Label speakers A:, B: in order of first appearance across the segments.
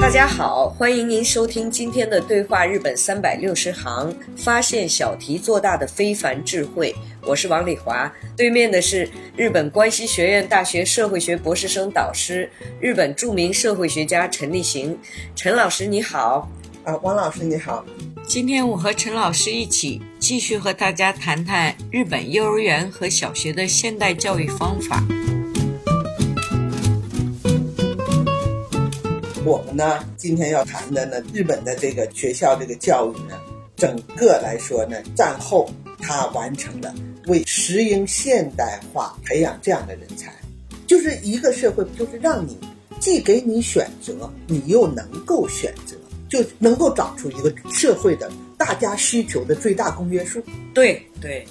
A: 大家好，欢迎您收听今天的《对话日本三百六十行》，发现小题做大的非凡智慧。我是王礼华，对面的是日本关西学院大学社会学博士生导师、日本著名社会学家陈立行。陈老师你好，
B: 啊，王老师你好，
C: 今天我和陈老师一起继续和大家谈谈日本幼儿园和小学的现代教育方法。
B: 我们呢今天要谈的呢，日本的这个学校这个教育呢，整个来说呢，战后它完成了为实行现代化培养这样的人才，就是一个社会，就是让你既给你选择，你又能够选择，就能够找出一个社会的大家需求的最大公约数。
A: 对对，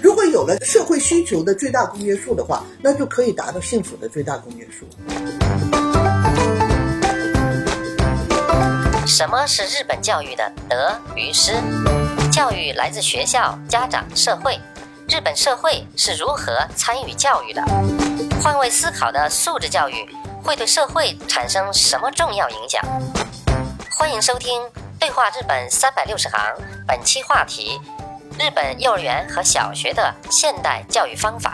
B: 如果有了社会需求的最大公约数的话，那就可以达到幸福的最大公约数。
D: 什么是日本教育的得与失？教育来自学校、家长、社会。日本社会是如何参与教育的？换位思考的素质教育会对社会产生什么重要影响？欢迎收听《对话日本三百六十行》，本期话题：日本幼儿园和小学的现代教育方法。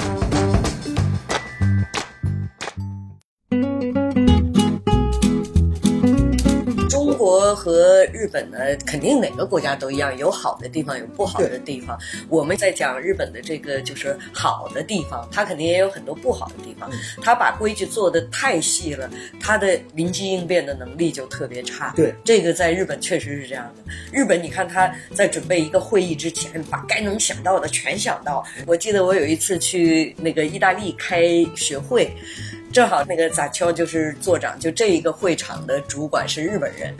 A: 中国和日本呢，肯定哪个国家都一样，有好的地方，有不好的地方。我们在讲日本的这个就是好的地方，它肯定也有很多不好的地方。它把规矩做的太细了，它的临机应变的能力就特别差。
B: 对，
A: 这个在日本确实是这样的。日本，你看他在准备一个会议之前，把该能想到的全想到。我记得我有一次去那个意大利开学会。正好那个杂丘就是座长，就这一个会场的主管是日本人。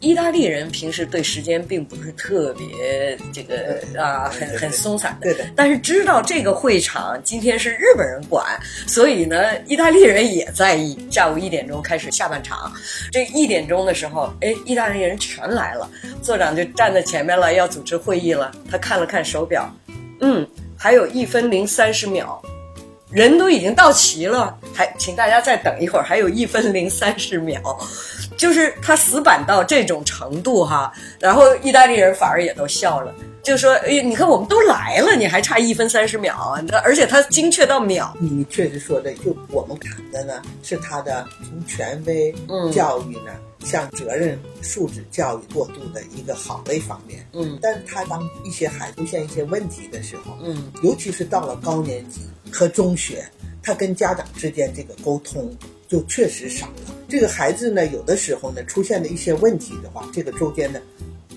A: 意大利人平时对时间并不是特别这个啊，很很松散的
B: 对的，
A: 但是知道这个会场今天是日本人管，所以呢，意大利人也在意。下午一点钟开始下半场，这一点钟的时候，哎，意大利人全来了，座长就站在前面了，要组织会议了。他看了看手表，嗯，还有一分零三十秒，人都已经到齐了，还请大家再等一会儿，还有一分零三十秒，就是他死板到这种程度哈。然后意大利人反而也都笑了，就说：“哎，你看我们都来了，你还差一分三十秒啊！”而且他精确到秒，
B: 你确实说的，就我们谈的呢，是他的从权威
A: 嗯
B: 教育呢向责任素质教育过渡的一个好的一方面。
A: 嗯
B: 但是他当一些孩子出现一些问题的时候，
A: 嗯，
B: 尤其是到了高年级和中学，他跟家长之间这个沟通就确实少了。这个孩子呢，有的时候呢出现了一些问题的话，这个中间的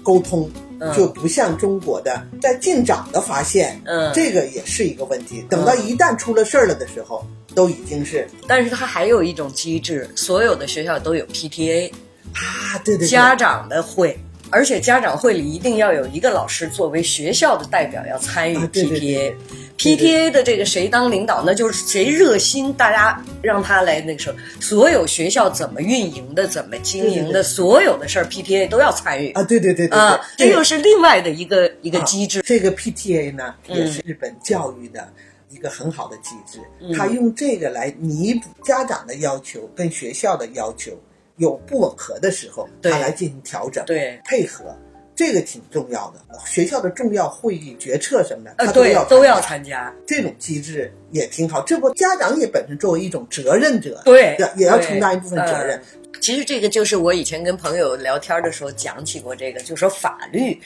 B: 沟通
A: 嗯
B: 就不像中国的在尽早的发现，
A: 嗯
B: 这个也是一个问题。等到一旦出了事儿了的时候，都已经是
A: 但是他还有一种机制，所有的学校都有 PTA
B: 啊，对对对，
A: 家长的会。而且家长会里一定要有一个老师作为学校的代表要参与
B: 啊对
A: PTA
B: 对对。对
A: PTA 的这个谁当领导，那就是谁热心，大家让他来那个时候，所有学校怎么运营的，怎么经营
B: 对对
A: 的，
B: 对
A: 所有的事儿 PTA 都要参与
B: 啊，对对对对
A: 啊
B: 对，
A: 这
B: 个
A: 又是另外的一个一个
B: 啊
A: 机制。
B: 这个 PTA 呢，
A: 嗯
B: 也是日本教育的一个很好的机制，
A: 嗯
B: 他用这个来弥补家长的要求跟学校的要求有不吻合的时候，
A: 对
B: 他来进行调整，
A: 对
B: 配合。这个挺重要的，学校的重要会议、决策什么的，
A: 呃，
B: 他都
A: 对
B: 要，
A: 都要参加。
B: 这种机制也挺好。这不，家长也本身作为一种责任者，
A: 对
B: 也也要
A: 对呃
B: 承担一部分责任。
A: 其实这个就是我以前跟朋友聊天的时候讲起过这个，就说法律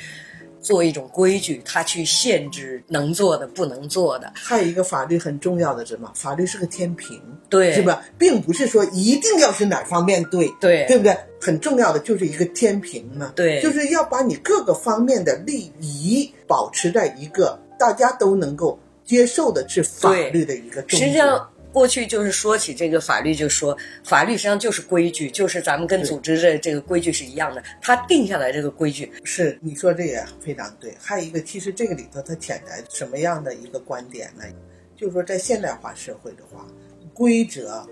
A: 做一种规矩，它去限制能做的、不能做的。
B: 还有一个法律很重要的是什么？法律是个天平，
A: 对
B: 是吧？并不是说一定要是哪方面对，
A: 对
B: 对不对？很重要的就是一个天平嘛，
A: 对
B: 就是要把你各个方面的利益保持在一个大家都能够接受的是法律的一个重
A: 实际
B: 要。
A: 上，过去就是说起这个法律，就说法律实际上就是规矩，就是咱们跟
B: 对
A: 组织的这个规矩是一样的。它定下来这个规矩，
B: 是你说这也非常对。还有一个，其实这个里头它潜在什么样的一个观点呢？就是说，在现代化社会的话，规则、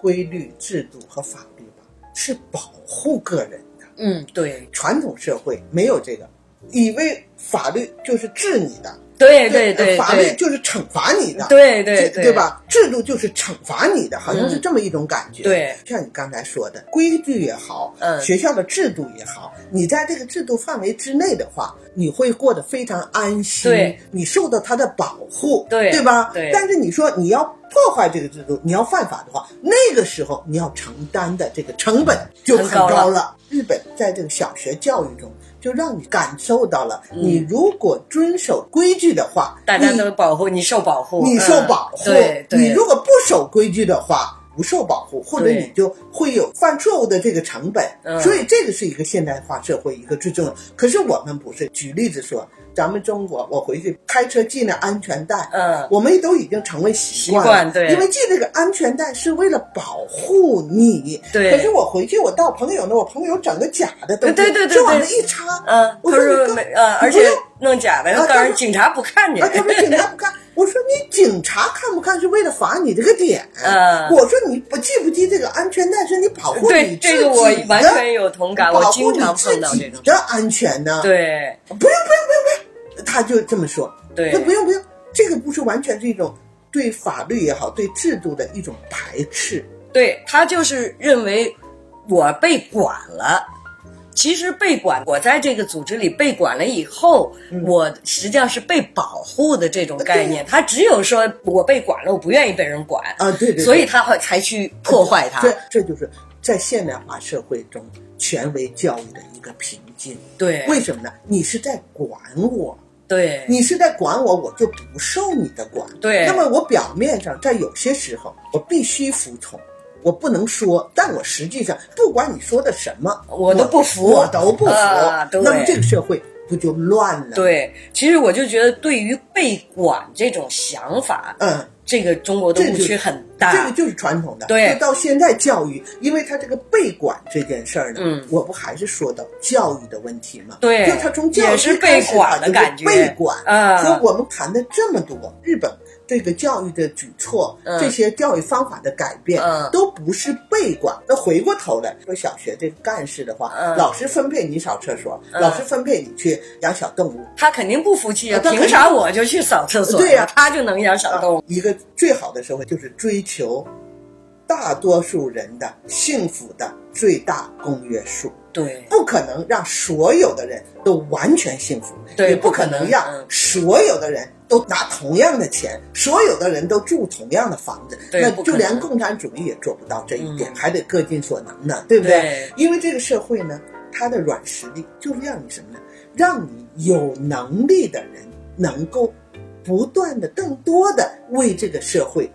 B: 规律、制度和法律吧，是保护个人的。
A: 嗯，对，
B: 传统社会没有这个，以为法律就是治你的，呃
A: 对对对
B: 法律
A: 对
B: 就是惩罚你的，
A: 对对
B: 这对？吧？制度就是惩罚你的，好像是这么一种感觉。
A: 对，
B: 像你刚才说的，规矩也好，
A: 嗯
B: 学校的制度也好，你在这个制度范围之内的话，你会过得非常安心，
A: 对，
B: 你受到它的保护，
A: 对
B: 对吧？
A: 对
B: 但是你说你要破坏这个制度，你要犯法的话，那个时候你要承担的这个成本就很
A: 很高
B: 高
A: 了
B: 了。日本在这个小学教育中，就让你感受到了，你如果遵守规矩的话，
A: 嗯大家
B: 你
A: 都保护你受保护，
B: 你
A: 嗯
B: 受保护。
A: 对对，
B: 你如果不守规矩的话，不受保护，或者
A: 对
B: 你就会有犯错误的这个成本。
A: 嗯
B: 所以这个是一个现代化社会一个最重要。可是我们不是，举例子说，咱们中国，我回去开车系那安全带。
A: 嗯，
B: 我们都已经成为习惯了，
A: 习惯对
B: 因为系这个安全带是为了保护你。
A: 对
B: 可是我回去，我到朋友那，我朋友整个假的东西，
A: 对对对对
B: 就往那一插，
A: 嗯，
B: 我
A: 他
B: 说
A: 说
B: 你
A: 没
B: 干
A: 呃，而
B: 你
A: 且
B: 不用
A: 弄假的，
B: 啊
A: 当
B: 他
A: 然
B: 说
A: 警察不看见
B: 啊，。 他说警察不看，我说你警察看不看是为了罚你这个点，
A: 嗯
B: 我说你不系不系这个安全带是你保护
A: 对
B: 你自己的，
A: 这个我完全有同感，我
B: 保护
A: 经
B: 你
A: 常
B: 自
A: 碰到这
B: 己
A: 种。
B: 的安全呢，，
A: 对
B: 不用不用不用不用，他就这么说，
A: 对
B: 那不用不用，这个不是完全是一种对法律也好，对制度的一种排斥，
A: 对，他就是认为我被管了。其实被管，我在这个组织里被管了以后，
B: 嗯
A: 我实际上是被保护的这种
B: 啊
A: 概念。他只有说我被管了，我不愿意被人管，
B: 啊，对对对，
A: 所以他会才去破坏它。
B: 这这就是在现代化社会中权威教育的一个瓶颈，
A: 对
B: 为什么呢？你是在管我。
A: 对
B: 你是在管我，我就不受你的管。
A: 对
B: 那么我表面上在有些时候，我必须服从，我不能说，但我实际上不管你说的什么，
A: 我都不服
B: 我都不服。
A: 啊对
B: 那么这个社会不就乱了？，
A: 对，其实我就觉得，对于被管这种想法，
B: 嗯，
A: 这个中国的误区很大。
B: 这个就是传统的。
A: 对
B: 就到现在教育，因为他这个被管这件事儿呢，
A: 嗯
B: 我不还是说到教育的问题吗？
A: 对
B: 就他从教育
A: 也是被管的感觉
B: 一开始他就被管
A: 啊
B: 所以我们谈的这么多，日本这个教育的举措，
A: 嗯
B: 这些教育方法的改变，
A: 嗯
B: 都不是被管。那回过头来说，小学这个干事的话，
A: 嗯
B: 老师分配你扫厕所，
A: 嗯
B: 老师分配你去养小动物，
A: 他肯定不服气啊！
B: 他肯定
A: 凭啥我就去扫厕所？
B: 对呀啊
A: 他就能养小动物。
B: 一个最好的社会就是追求大多数人的幸福的最大公约数，
A: 对
B: 不可能让所有的人都完全幸福，
A: 对
B: 也不可能让
A: 不可能嗯
B: 所有的人都拿同样的钱，所有的人都住同样的房子，
A: 对
B: 那
A: 不可
B: 就
A: 能
B: 连共产主义也做不到这一点，
A: 嗯
B: 还得各尽所能呢，对不对？
A: 对
B: 因为这个社会呢，它的软实力就是让你什么呢？让你有能力的人能够不断的、更多的为这个社会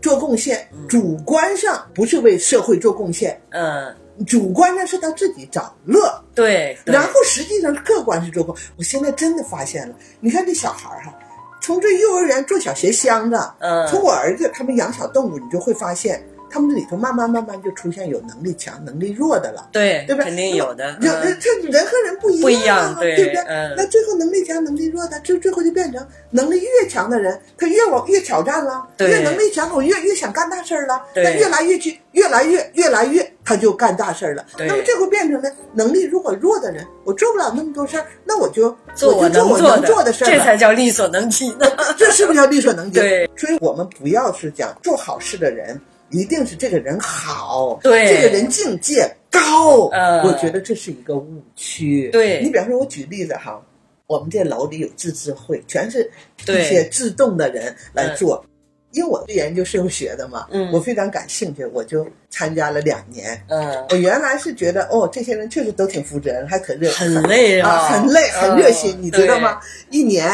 B: 做贡献。主观上不是为社会做贡献，
A: 嗯，
B: 主观上是他自己找乐，
A: 对。对
B: 然后实际上是客观是做贡。我现在真的发现了，你看这小孩儿、哈，从这幼儿园做小鞋箱子，
A: 嗯
B: 从我儿子他们养小动物，你就会发现。他们里头慢慢慢慢就出现有能力强、能力弱的了。
A: 对，
B: 对吧？
A: 肯定有的。
B: 人
A: 嗯
B: 这人和人不一样啊，
A: 不一样
B: 对
A: 对
B: 不对？
A: 嗯
B: 那最后能力啊强、能力弱的，就最后就变成能力越强的人，他越往越挑战了，
A: 对
B: 越能力强，我越越想干大事儿了，
A: 对
B: 那越来越去，越来越越来越，他就干大事儿了。
A: 对
B: 那么最后变成了能力如果弱的人，我做不了那么多事儿，那我就
A: 做
B: 我就
A: 能
B: 做我
A: 做
B: 能做的事儿
A: 这
B: 吧
A: 才叫力所能及 呢。
B: 这是不是叫力所能及？
A: 对，
B: 所以我们不要是讲做好事的人，一定是这个人好，
A: 对
B: 这个人境界高。
A: 呃
B: 我觉得这是一个误区。
A: 对
B: 你比方说，我举例子哈，我们这楼里有自治会，全是
A: 对
B: 一些自动的人来做。因为我是研究社会学的嘛，
A: 嗯
B: 我非常感兴趣，我就参加了两年。
A: 嗯，
B: 我原来是觉得哦，这些人确实都挺负责任，还可热，
A: 很累啊
B: 很累，很热心，
A: 嗯
B: 你知道吗？一年。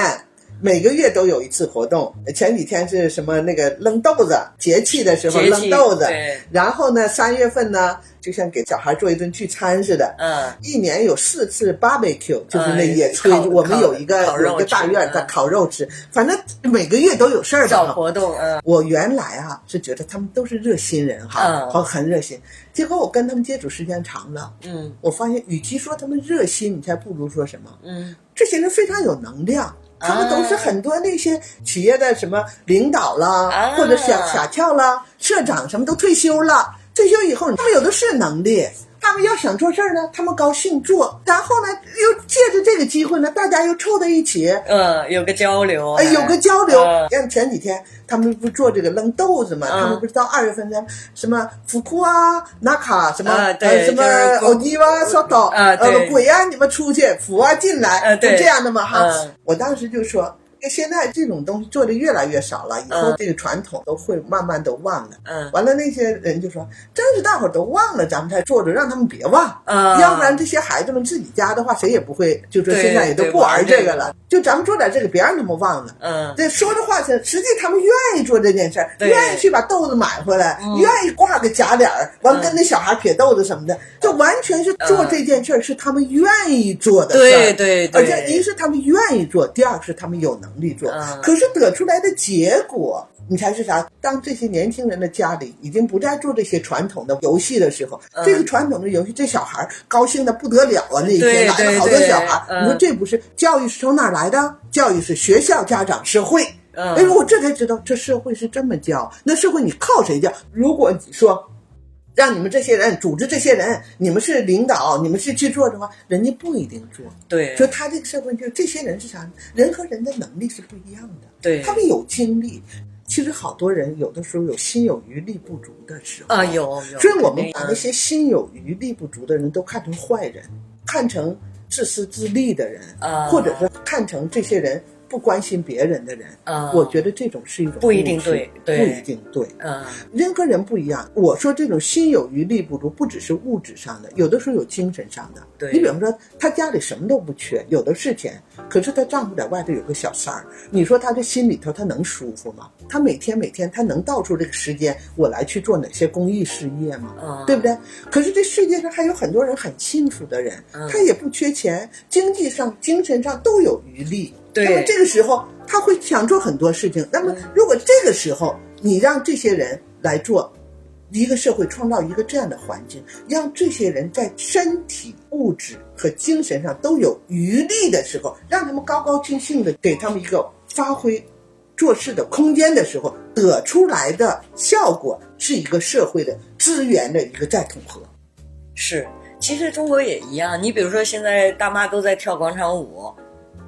B: 每个月都有一次活动，前几天是什么那个扔豆子，节气的时候
A: 节
B: 扔
A: 气
B: 豆子
A: 对，
B: 然后呢，三月份呢，就像给小孩做一顿聚餐似的，
A: 嗯，
B: 一年有四次 barbecue，就是那
A: 哎
B: 野炊。
A: 烤
B: 我们有一个
A: 烤烤
B: 有一个
A: 肉吃
B: 大院
A: 嗯
B: 在烤肉吃，反正每个月都有事儿
A: 找
B: 吧。
A: 活动，嗯
B: 我原来啊是觉得他们都是热心人哈，
A: 嗯
B: 很很热心。结果我跟他们接触时间长了，
A: 嗯
B: 我发现与其说他们热心，你还不如说什么，
A: 嗯，
B: 这些人非常有能量。他们都是很多那些企业的什么领导啦，
A: 啊
B: 或者小小跳啦、社长什么都退休了，退休以后他们有的是能力，他们要想做事儿呢，他们高兴做，然后呢又借着这个机会呢，大家又凑在一起，
A: 嗯，有个交流，
B: 哎，有个交流
A: 嗯。
B: 像前几天他们不做这个扔豆子嘛，
A: 嗯
B: 他们不是到二月份呢，什么福库啊、纳卡什么
A: 啊对
B: 呃什么
A: 就是国
B: 欧迪哇、烧岛
A: 啊
B: 呃
A: 对
B: 鬼啊，你们出去，福啊进来，
A: 呃
B: 就
A: 对
B: 这样的嘛哈
A: 嗯。
B: 我当时就说。哎现在这种东西做的越来越少了，以后
A: 嗯
B: 这个传统都会慢慢都忘了。
A: 嗯
B: 完了那些人就说：“真是大伙儿都忘了，咱们才做着，让他们别忘。
A: 嗯
B: 要不然这些孩子们自己家的话，谁也不会，就说
A: 对
B: 现在也都
A: 对
B: 不玩
A: 玩
B: 这
A: 这
B: 个
A: 个
B: 了。就咱们做点这个，别让他们忘了。
A: 嗯，
B: 这说着话是，实际他们愿意做这件事儿，
A: 对嗯
B: 愿意去把豆子买回来，愿意挂个假脸儿，完了跟那小孩撇豆子什么的，这完全是做这件事儿是他们愿意做的事儿。
A: 嗯对对
B: 而
A: 对，
B: 且一是他们愿意做，第二是他们有能力做。
A: 嗯
B: 可是得出来的结果，你猜是啥？当这些年轻人的家里已经不再做这些传统的游戏的时候，
A: 嗯
B: 这个传统的游戏，这小孩儿高兴的不得了啊！那一天
A: 对
B: 来了
A: 对
B: 好多
A: 对
B: 小孩儿，
A: 嗯
B: 你说这不是教育是从哪儿来的？教育是学校、家长、社会。
A: 嗯
B: 哎呦，我这才知道这社会是这么教，那社会你靠谁教？如果你说让你们这些人组织这些人，你们是领导，你们是去做的话，人家不一定做。
A: 对
B: 就他这个社会，就这些人是啥呢？人和人的能力是不一样的，
A: 对
B: 他们有精力。其实好多人有的时候有心有余力不足的时候
A: 啊，，有有，
B: 所以我们
A: 肯定
B: 把那些心有余力不足的人都看成坏人，看成自私自利的人，
A: 啊
B: 或者是看成这些人不关心别人的人。
A: 啊
B: 我觉得这种是一种
A: 不一定
B: 误区
A: 对
B: 不
A: 对
B: 一定对。
A: 嗯
B: 人和人不一样，我说这种心有余力不足，不只是物质上的，有的时候有精神上的。
A: 对
B: 你比方说，她家里什么都不缺，有的是钱，可是她丈夫在外头有个小三儿，你说她这心里头她能舒服吗？她每天每天她能倒出这个时间，我来去做哪些公益事业吗？
A: 嗯，
B: 对不对？可是这世界上还有很多人很幸福的人，
A: 嗯
B: 他也不缺钱，经济上、精神上都有余力。
A: 对
B: 那么这个时候他会想做很多事情。那么如果这个时候你让这些人来做，一个社会创造一个这样的环境，让这些人在身体、物质和精神上都有余力的时候，让他们高高兴兴的给他们一个发挥做事的空间的时候，得出来的效果是一个社会的资源的一个再统合。
A: 是，其实中国也一样。你比如说，现在大妈都在跳广场舞，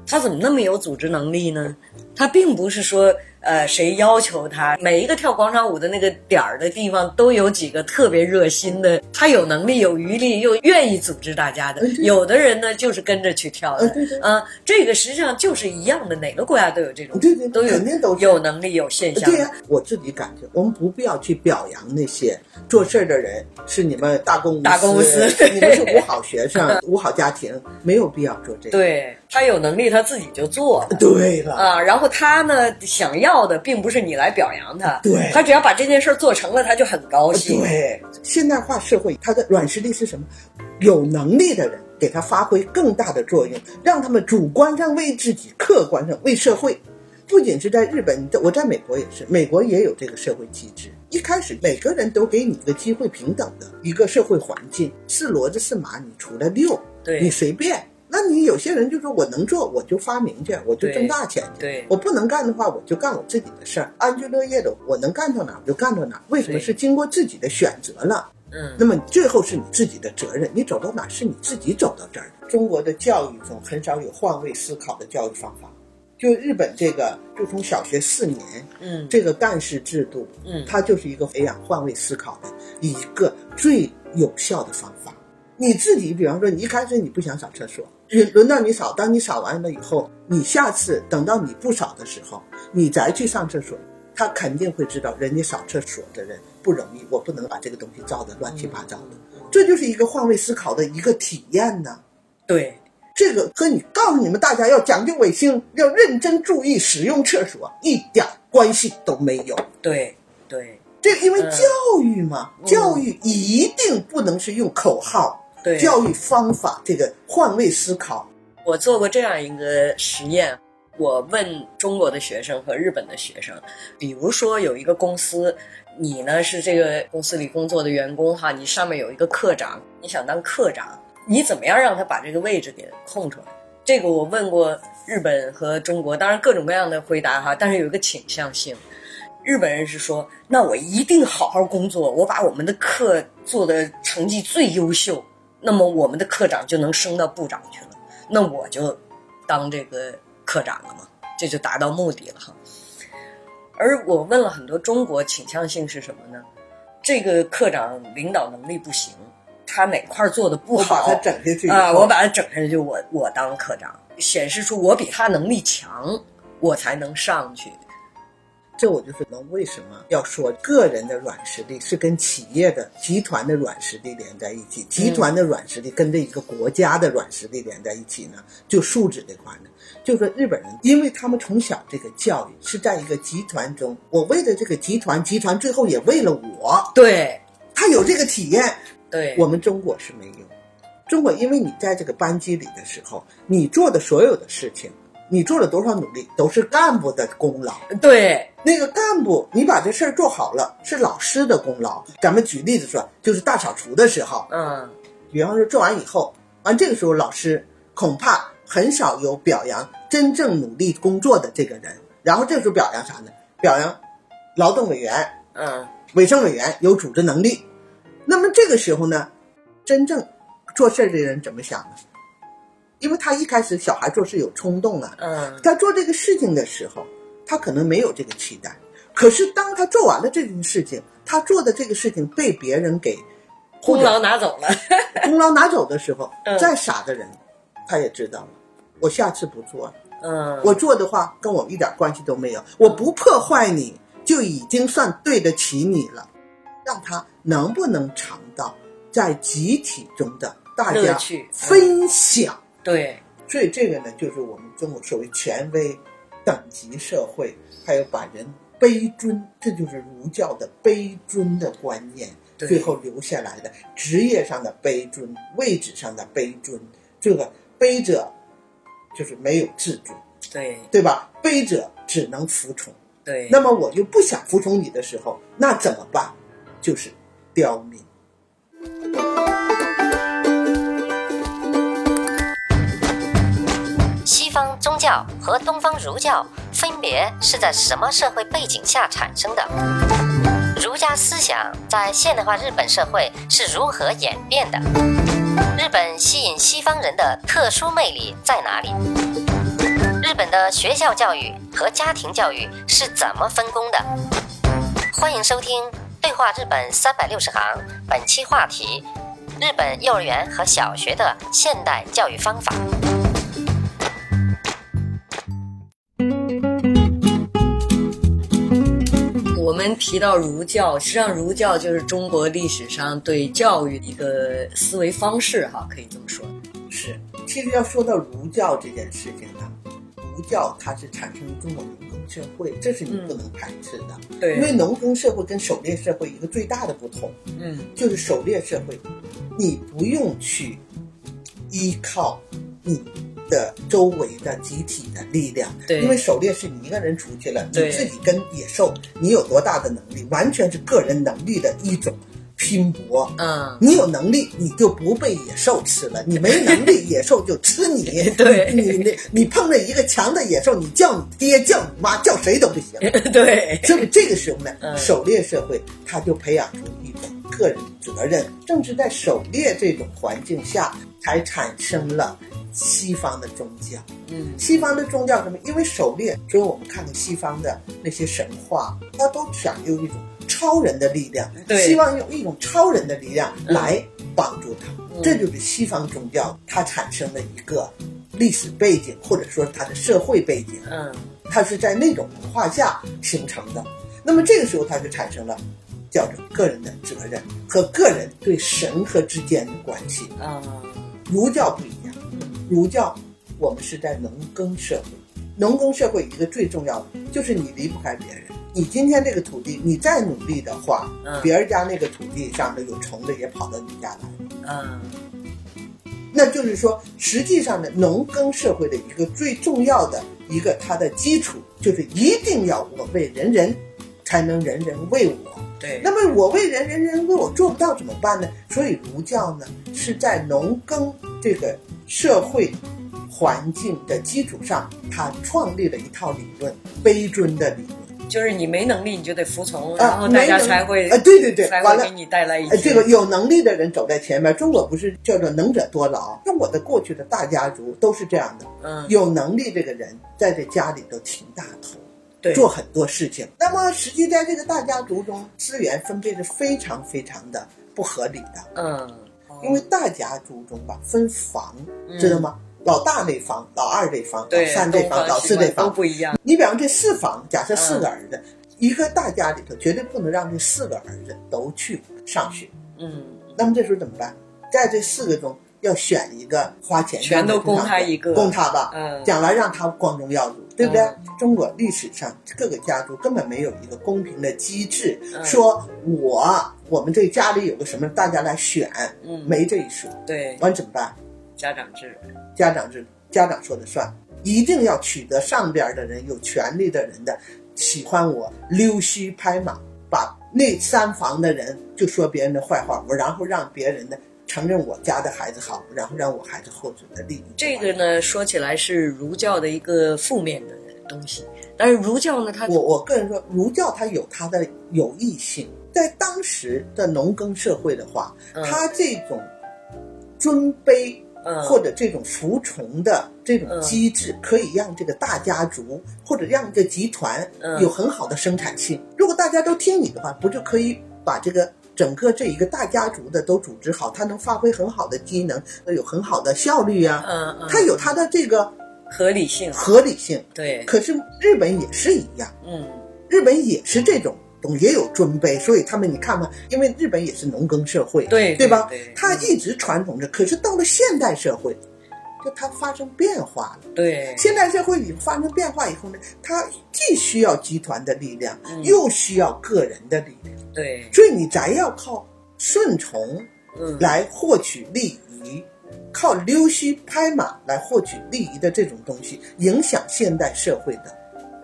A: 她怎么那么有组织能力呢？她并不是说，呃，谁要求她，每一个跳广场舞的那个点儿的地方都有几个特别热心的，她有能力、有余力，又愿意组织大家的。有的人呢，就是跟着去跳的
B: 嗯对对，
A: 啊，这个实际上就是一样的，哪个国家都有这种，
B: 对对
A: 都有，
B: 肯定都是
A: 有能力、有现象
B: 对
A: 的
B: 呀、，我自己感觉，我们不必要去表扬那些做事儿的人，是你们大公无私，
A: 大公无私
B: 你们是五好学生、 五好家庭，没有必要做这个。
A: 对她有能力，她自己就做了。
B: 对了，
A: 啊，然后他呢想要的并不是你来表扬他，
B: 对
A: 他只要把这件事儿做成了，他就很高兴。
B: 呃对，现代化社会它的软实力是什么？有能力的人给他发挥更大的作用，让他们主观上为自己，客观上为社会。不仅是在日本，我在美国也是，美国也有这个社会机制。一开始每个人都给你一个机会平等的一个社会环境，是骡子是马，你除了遛，
A: 对
B: 你随便。那你有些人就说我能做，我就发明去，我就
A: 对
B: 挣大钱去。
A: 对
B: 我不能干的话，我就干我自己的事儿，安居乐业的，我能干到哪儿我就干到哪儿。为什么
A: 对
B: 是经过自己的选择了？
A: 嗯
B: 那么最后是你自己的责任，你走到哪儿是你自己走到这儿的。中国的教育中很少有换位思考的教育方法，就日本这个，就从小学四年
A: 嗯
B: 这个干事制度，
A: 嗯
B: 它就是一个培养换位思考的一个最有效的方法。你自己，比方说，你一开始你不想扫厕所，轮轮到你扫，当你扫完了以后，你下次等到你不扫的时候，你再去上厕所，他肯定会知道人家扫厕所的人不容易，我不能把这个东西造的乱七八糟的。这就是一个换位思考的一个体验呢、
A: 对，
B: 这个和你告诉你们大家要讲究卫生，要认真注意使用厕所一点关系都没有。
A: 对，对，
B: 这因为
A: 嗯
B: 教育嘛，教育一定不能是用口号，
A: 对。
B: 教育方法这个换位思考，
A: 我做过这样一个实验，我问中国的学生和日本的学生，比如说有一个公司，你呢是这个公司里工作的员工哈，你上面有一个科长，你想当科长，你怎么样让他把这个位置给空出来？这个我问过日本和中国，当然各种各样的回答哈，但是有一个倾向性。日本人是说，那我一定好好工作，我把我们的课做的成绩最优秀，那么我们的科长就能升到部长去了。那我就当这个科长了嘛，这就达到目的了哈。而我问了很多中国倾向性是什么呢？这个科长领导能力不行，他哪块儿做的不
B: 我
A: 好，
B: 把它整下去以
A: 啊，
B: 后
A: 我把他整下去，就我我当科长，显示出我比他能力强，我才能上去。
B: 这我就是能为什么要说个人的软实力是跟企业的集团的软实力连在一起，
A: 嗯
B: 集团的软实力跟这一个国家的软实力连在一起呢？就素质这块呢，就说日本人，因为他们从小这个教育是在一个集团中，我为了这个集团，集团最后也为了我，
A: 对
B: 他有这个体验，
A: 对，
B: 我们中国是没有。中国，因为你在这个班级里的时候，你做的所有的事情，你做了多少努力，都是干部的功劳。
A: 对
B: 那个干部，你把这事儿做好了，是老师的功劳。咱们举例子说，就是大扫除的时候，
A: 嗯
B: 比方说做完以后，完这个时候老师恐怕很少有表扬真正努力工作的这个人。然后这个时候表扬啥呢？表扬劳动委员、
A: 嗯
B: 卫生委员有组织能力。那么这个时候呢，真正做事儿的人怎么想呢？因为他一开始小孩做事有冲动啊，
A: 嗯，
B: 他做这个事情的时候，他可能没有这个期待，可是当他做完了这件事情，他做的这个事情被别人给
A: 功劳拿走了，
B: 功劳拿走的时候
A: 嗯，
B: 再傻的人，他也知道了，我下次不做了，
A: 嗯，
B: 我做的话跟我一点关系都没有，我不破坏你就已经算对得起你了，让他能不能尝到在集体中的大
A: 乐
B: 家
A: 趣嗯
B: 分享。
A: 对
B: 所以这个呢，就是我们中国所谓权威、等级社会，还有把人卑尊，这就是儒教的卑尊的观念，
A: 对
B: 最后留下来的职业上的卑尊、位置上的卑尊，这个卑者就是没有自尊，
A: 对
B: 对吧？卑者只能服从。
A: 对，
B: 那么我就不想服从你的时候，那怎么办？就是刁民。
D: 西方宗教和东方儒教分别是在什么社会背景下产生的？儒家思想在现代化日本社会是如何演变的？日本吸引西方人的特殊魅力在哪里？日本的学校教育和家庭教育是怎么分工的？欢迎收听《对话日本三百六十行》，本期话题：日本幼儿园和小学的现代教育方法。
A: 我们提到儒教，实际上儒教就是中国历史上对教育的一个思维方式，哈，可以这么说。
B: 是，其实要说到儒教这件事情呢，儒教它是产生于中国农耕社会，这是你不能排斥的，因为
A: 对，
B: 农耕社会跟狩猎社会一个最大的不同
A: 嗯，
B: 就是狩猎社会，你不用去依靠你的周围的集体的力量，
A: 对
B: 因为狩猎是你一个人出去了，
A: 对
B: 你自己跟野兽，你有多大的能力，完全是个人能力的一种拼搏，
A: 嗯，
B: 你有能力，你就不被野兽吃了；你没能力，野兽就吃你。
A: 对
B: 你你你碰着一个强的野兽，你叫你爹、叫你妈、叫谁都不行。
A: 对，
B: 所以这个时候呢，
A: 嗯
B: 狩猎社会它就培养出一种个人责任。正是在狩猎这种环境下，才产生了西方的宗教。
A: 嗯，
B: 西方的宗教什么？因为狩猎，所以我们看看西方的那些神话，它都讲究一种超人的力量，
A: 对
B: 希望用一种超人的力量
A: 嗯
B: 来帮助他。
A: 嗯
B: 这就是西方宗教它产生的一个历史背景，或者说它的社会背景，
A: 嗯，
B: 它是在那种文化下形成的。那么这个时候，它就产生了叫做个人的责任和个人对神和之间的关系。
A: 啊，
B: 儒教不一样，
A: 嗯
B: 儒教我们是在农耕社会，农耕社会一个最重要的就是你离不开别人。你今天这个土地，你再努力的话，
A: 嗯
B: 别人家那个土地上头有虫子也跑到你家来。
A: 啊，
B: 那就是说，实际上呢，农耕社会的一个最重要的一个它的基础，就是一定要我为人人，才能人人为我。
A: 对，
B: 那么我为人人人为我做不到怎么办呢？所以儒教呢是在农耕这个社会环境的基础上，它创立了一套理论，悲尊的理论。
A: 就是你没能力你就得服从，
B: 啊
A: 然后大家
B: 没能力
A: 才会
B: 啊对对对
A: 才
B: 完
A: 会
B: 了
A: 给你带来一
B: 呃，
A: 些
B: 这个有能力的人走在前面，中国不是叫做能者多劳？那我的过去的大家族都是这样的，
A: 嗯
B: 有能力这个人在这家里头挺大头，
A: 对
B: 做很多事情。那么实际在这个大家族中，资源分配是非常非常的不合理的。
A: 嗯，
B: 哦因为大家族中吧分房
A: 嗯，
B: 知道吗？老大那房，老二这房，老
A: 对
B: 三这
A: 东
B: 房，老
A: 西
B: 四这
A: 嘛都
B: 房。
A: 不一样，
B: 你比方这四房，假设四
A: 嗯
B: 个儿子，一个大家里头绝对不能让这四个儿子都去上学。
A: 嗯，
B: 那么这时候怎么办？在这四个中要选一个花钱，
A: 全
B: 让
A: 都
B: 他去上
A: 供他
B: 学
A: 一个
B: 供他吧。
A: 嗯
B: 将来让他光宗耀祖，对不对？
A: 嗯
B: 中国历史上各个家族根本没有一个公平的机制，
A: 嗯
B: 说我我们这家里有个什么，大家来选，
A: 嗯
B: 没这一说。
A: 对，
B: 完怎么办？
A: 家长制，
B: 家长制，家长说了算，一定要取得上边的人有权利的人的喜欢我，溜须拍马，把那三房的人就说别人的坏话，我然后让别人的承认我家的孩子好，然后让我孩子获得的利益。
A: 这个呢说起来是儒教的一个负面的东西，但是儒教呢它
B: 我我个人说，儒教它有它的有益性，在当时的农耕社会的话，
A: 嗯
B: 它这种尊卑
A: 嗯
B: 或者这种服从的这种机制，可以让这个大家族或者让一个集团
A: 嗯
B: 有很好的生产性。如果大家都听你的话，不就可以把这个整个这一个大家族的都组织好，它能发挥很好的机能，有很好的效率啊。
A: 嗯嗯
B: 它有它的这个
A: 合理性，
B: 合理性。
A: 对，
B: 可是日本也是一样。
A: 嗯
B: 日本也是这种懂，也有尊卑，所以他们你看吧，因为日本也是农耕社会，
A: 对
B: 对吧
A: 对对？
B: 它一直传统着，可是到了现代社会，就它发生变化了。
A: 对，
B: 现代社会里发生变化以后呢，它既需要集团的力量，
A: 嗯
B: 又需要个人的力量，
A: 对，
B: 所以你咱要靠顺从
A: 嗯
B: 来获取利益。靠溜须拍马来获取利益的这种东西，影响现代社会的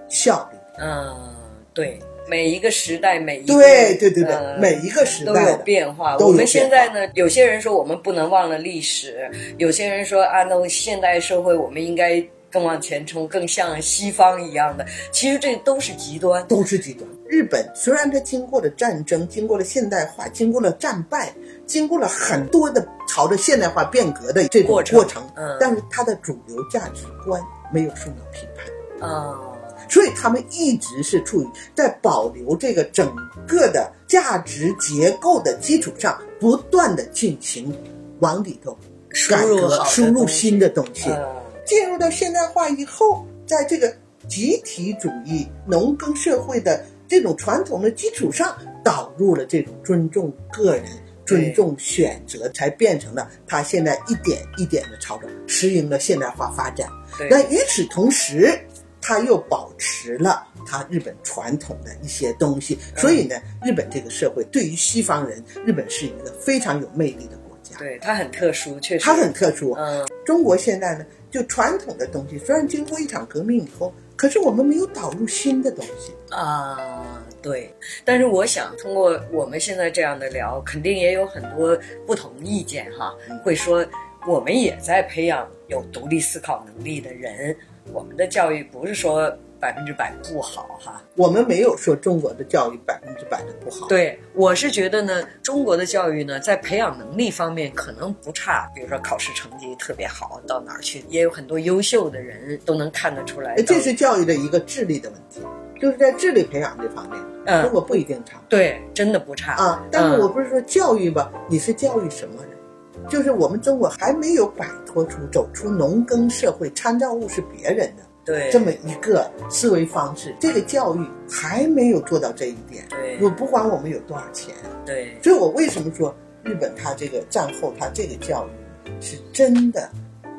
B: 效率。
A: 嗯对，每一个时代每一个
B: 对对对对，
A: 嗯
B: 每一个时
A: 都
B: 代
A: 有
B: 的
A: 变化。
B: 都
A: 我们
B: 有变
A: 现在呢，有些人说我们不能忘了历史，有些人说啊，那现代社会我们应该更往前冲，更像西方一样的。其实这都是极端。
B: 都是极端。日本虽然它经过了战争，经过了现代化，经过了战败，经过了很多的朝着现代化变革的这种
A: 过
B: 过
A: 程
B: 程，
A: 嗯
B: 但是它的主流价值观没有受到批判。
A: 啊，
B: 所以他们一直是处于在保留这个整个的价值结构的基础上，不断的进行往里头
A: 输
B: 改
A: 入
B: 革，
A: 好的
B: 输入
A: 东西
B: 新的东西。
A: 嗯
B: 进入到现代化以后，在这个集体主义、农耕社会的这种传统的基础上，导入了这种尊重个人、尊重选择，才变成了它现在一点一点的朝着实行了现代化发展。
A: 对，
B: 那与此同时，它又保持了它日本传统的一些东西，所以呢，日本这个社会对于西方人，日本是一个非常有魅力的国家。
A: 对它很特殊，确实
B: 它很特殊。啊
A: 嗯，
B: 中国现在呢，就传统的东西，虽然经过一场革命以后，可是我们没有导入新的东西。
A: 啊，对。但是我想通过我们现在这样的聊，肯定也有很多不同意见哈，
B: 嗯
A: 会说我们也在培养有独立思考能力的人，我们的教育不是说百分之百不好哈。
B: 我们没有说中国的教育百分之百的不好。，
A: 对，我是觉得呢，中国的教育呢，在培养能力方面可能不差，比如说考试成绩特别好，到哪儿去也有很多优秀的人都能看得出来到。
B: 哎这是教育的一个智力的问题，就是在智力培养这方面，
A: 嗯
B: 中国不一定差
A: 对，真的不差
B: 啊。但是
A: 嗯
B: 我不是说教育吧，你是教育什么人？就是我们中国还没有摆脱出走出农耕社会，参照物是别人的，
A: 对，
B: 这么一个思维方式，这个教育还没有做到这一点。
A: 对
B: 我不管我们有多少钱，
A: 对
B: 所以我为什么说日本它这个战后它这个教育是真的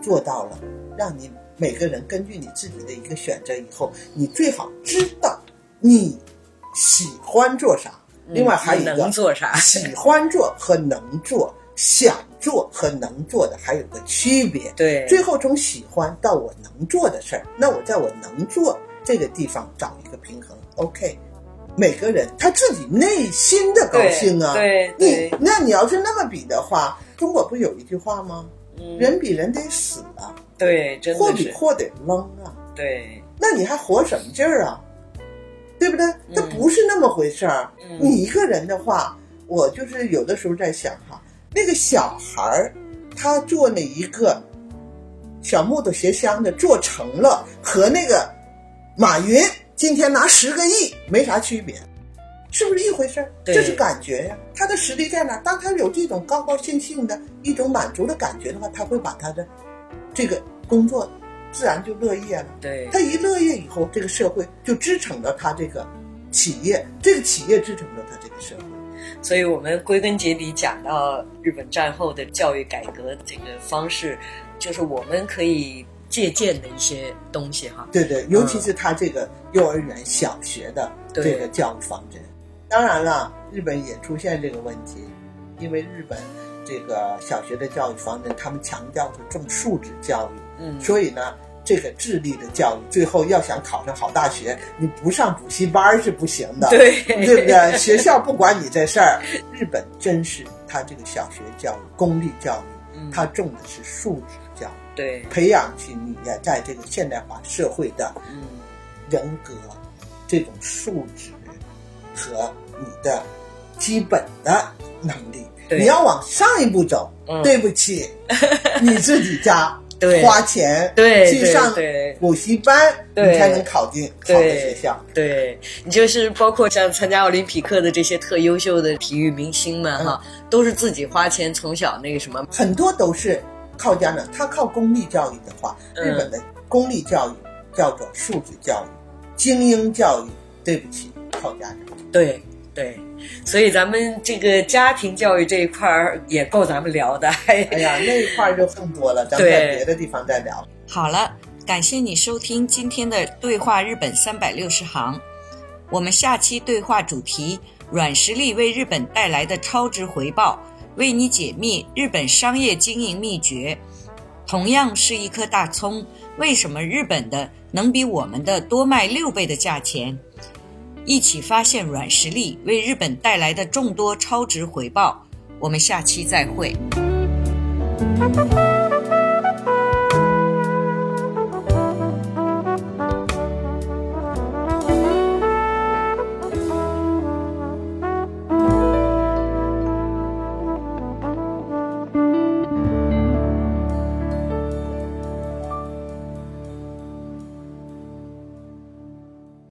B: 做到了，让你每个人根据你自己的一个选择以后，你最好知道你喜欢做啥。
A: 嗯
B: 另外还有一个
A: 能做 啥
B: 喜欢做和能做、想做和能做的还有个区别。
A: 对
B: 最后从喜欢到我能做的事儿，那我在我能做这个地方找一个平衡。OK，每个人他自己内心的高兴啊。
A: 对对
B: 你
A: 对
B: 那你要是那么比的话，中国不有一句话吗？
A: 嗯
B: 人比人得死啊，
A: 对，真
B: 货
A: 的
B: 比
A: 是
B: 货得扔啊，
A: 对
B: 那你还活什么劲儿啊？对不对？它不是那么回事儿。
A: 嗯
B: 你一个人的话，我就是有的时候在想哈，那个小孩儿他做那一个小木头鞋箱子做成了，和那个马云今天拿十个亿没啥区别，是不是一回事儿？
A: 对
B: 这是感觉呀、他的实力在哪？当他有这种高高兴兴的一种满足的感觉的话，他会把他的这个工作自然就乐业了。
A: 对
B: 他一乐业以后，这个社会就支撑着他这个企业，这个企业支撑着他这个社会。
A: 所以我们归根结底讲到日本战后的教育改革这个方式，就是我们可以借鉴的一些东西哈。
B: 对对，尤其是他这个幼儿园、小学的
A: 嗯对
B: 这个教育方针。当然了，日本也出现这个问题，因为日本这个小学的教育方针，他们强调是重素质教育，
A: 嗯，
B: 所以呢。这个智力的教育，最后要想考上好大学，你不上补习班儿是不行的。
A: 对
B: 对不对？学校不管你这事儿，日本真是他这个小学教育、公立教育，
A: 嗯
B: 他重的是素质教育，
A: 对，
B: 培养起你呀，在这个现代化社会的
A: 嗯，
B: 人格、这种素质和你的基本的能力。
A: 对
B: 你要往上一步走，
A: 嗯
B: 对不 起，你自己家
A: 对
B: 花钱
A: 对
B: 去
A: 对
B: 上
A: 对
B: 补习班，你
A: 对
B: 才能考进好的学
A: 对
B: 校。，
A: 对你就是包括像参加奥林匹克的这些特优秀的体育明星们哈，
B: 嗯
A: 都是自己花钱从小那个什么，
B: 很多都是靠家长，他靠公立教育的话，
A: 嗯
B: 日本的公立教育叫做素质教育、精英教育。对不起，靠家长。
A: 对对，所以咱们这个家庭教育这一块儿也够咱们聊的，
B: 哎呀，那一块儿就更多了，咱们
A: 对
B: 在别的地方再聊。
C: 好了，感谢你收听今天的对话日本三百六十行。我们下期对话主题：软实力为日本带来的超值回报，为你解密日本商业经营秘诀。同样是一颗大葱，为什么日本的能比我们的多卖六倍的价钱？一起发现软实力为日本带来的众多超值回报。我们下期再会。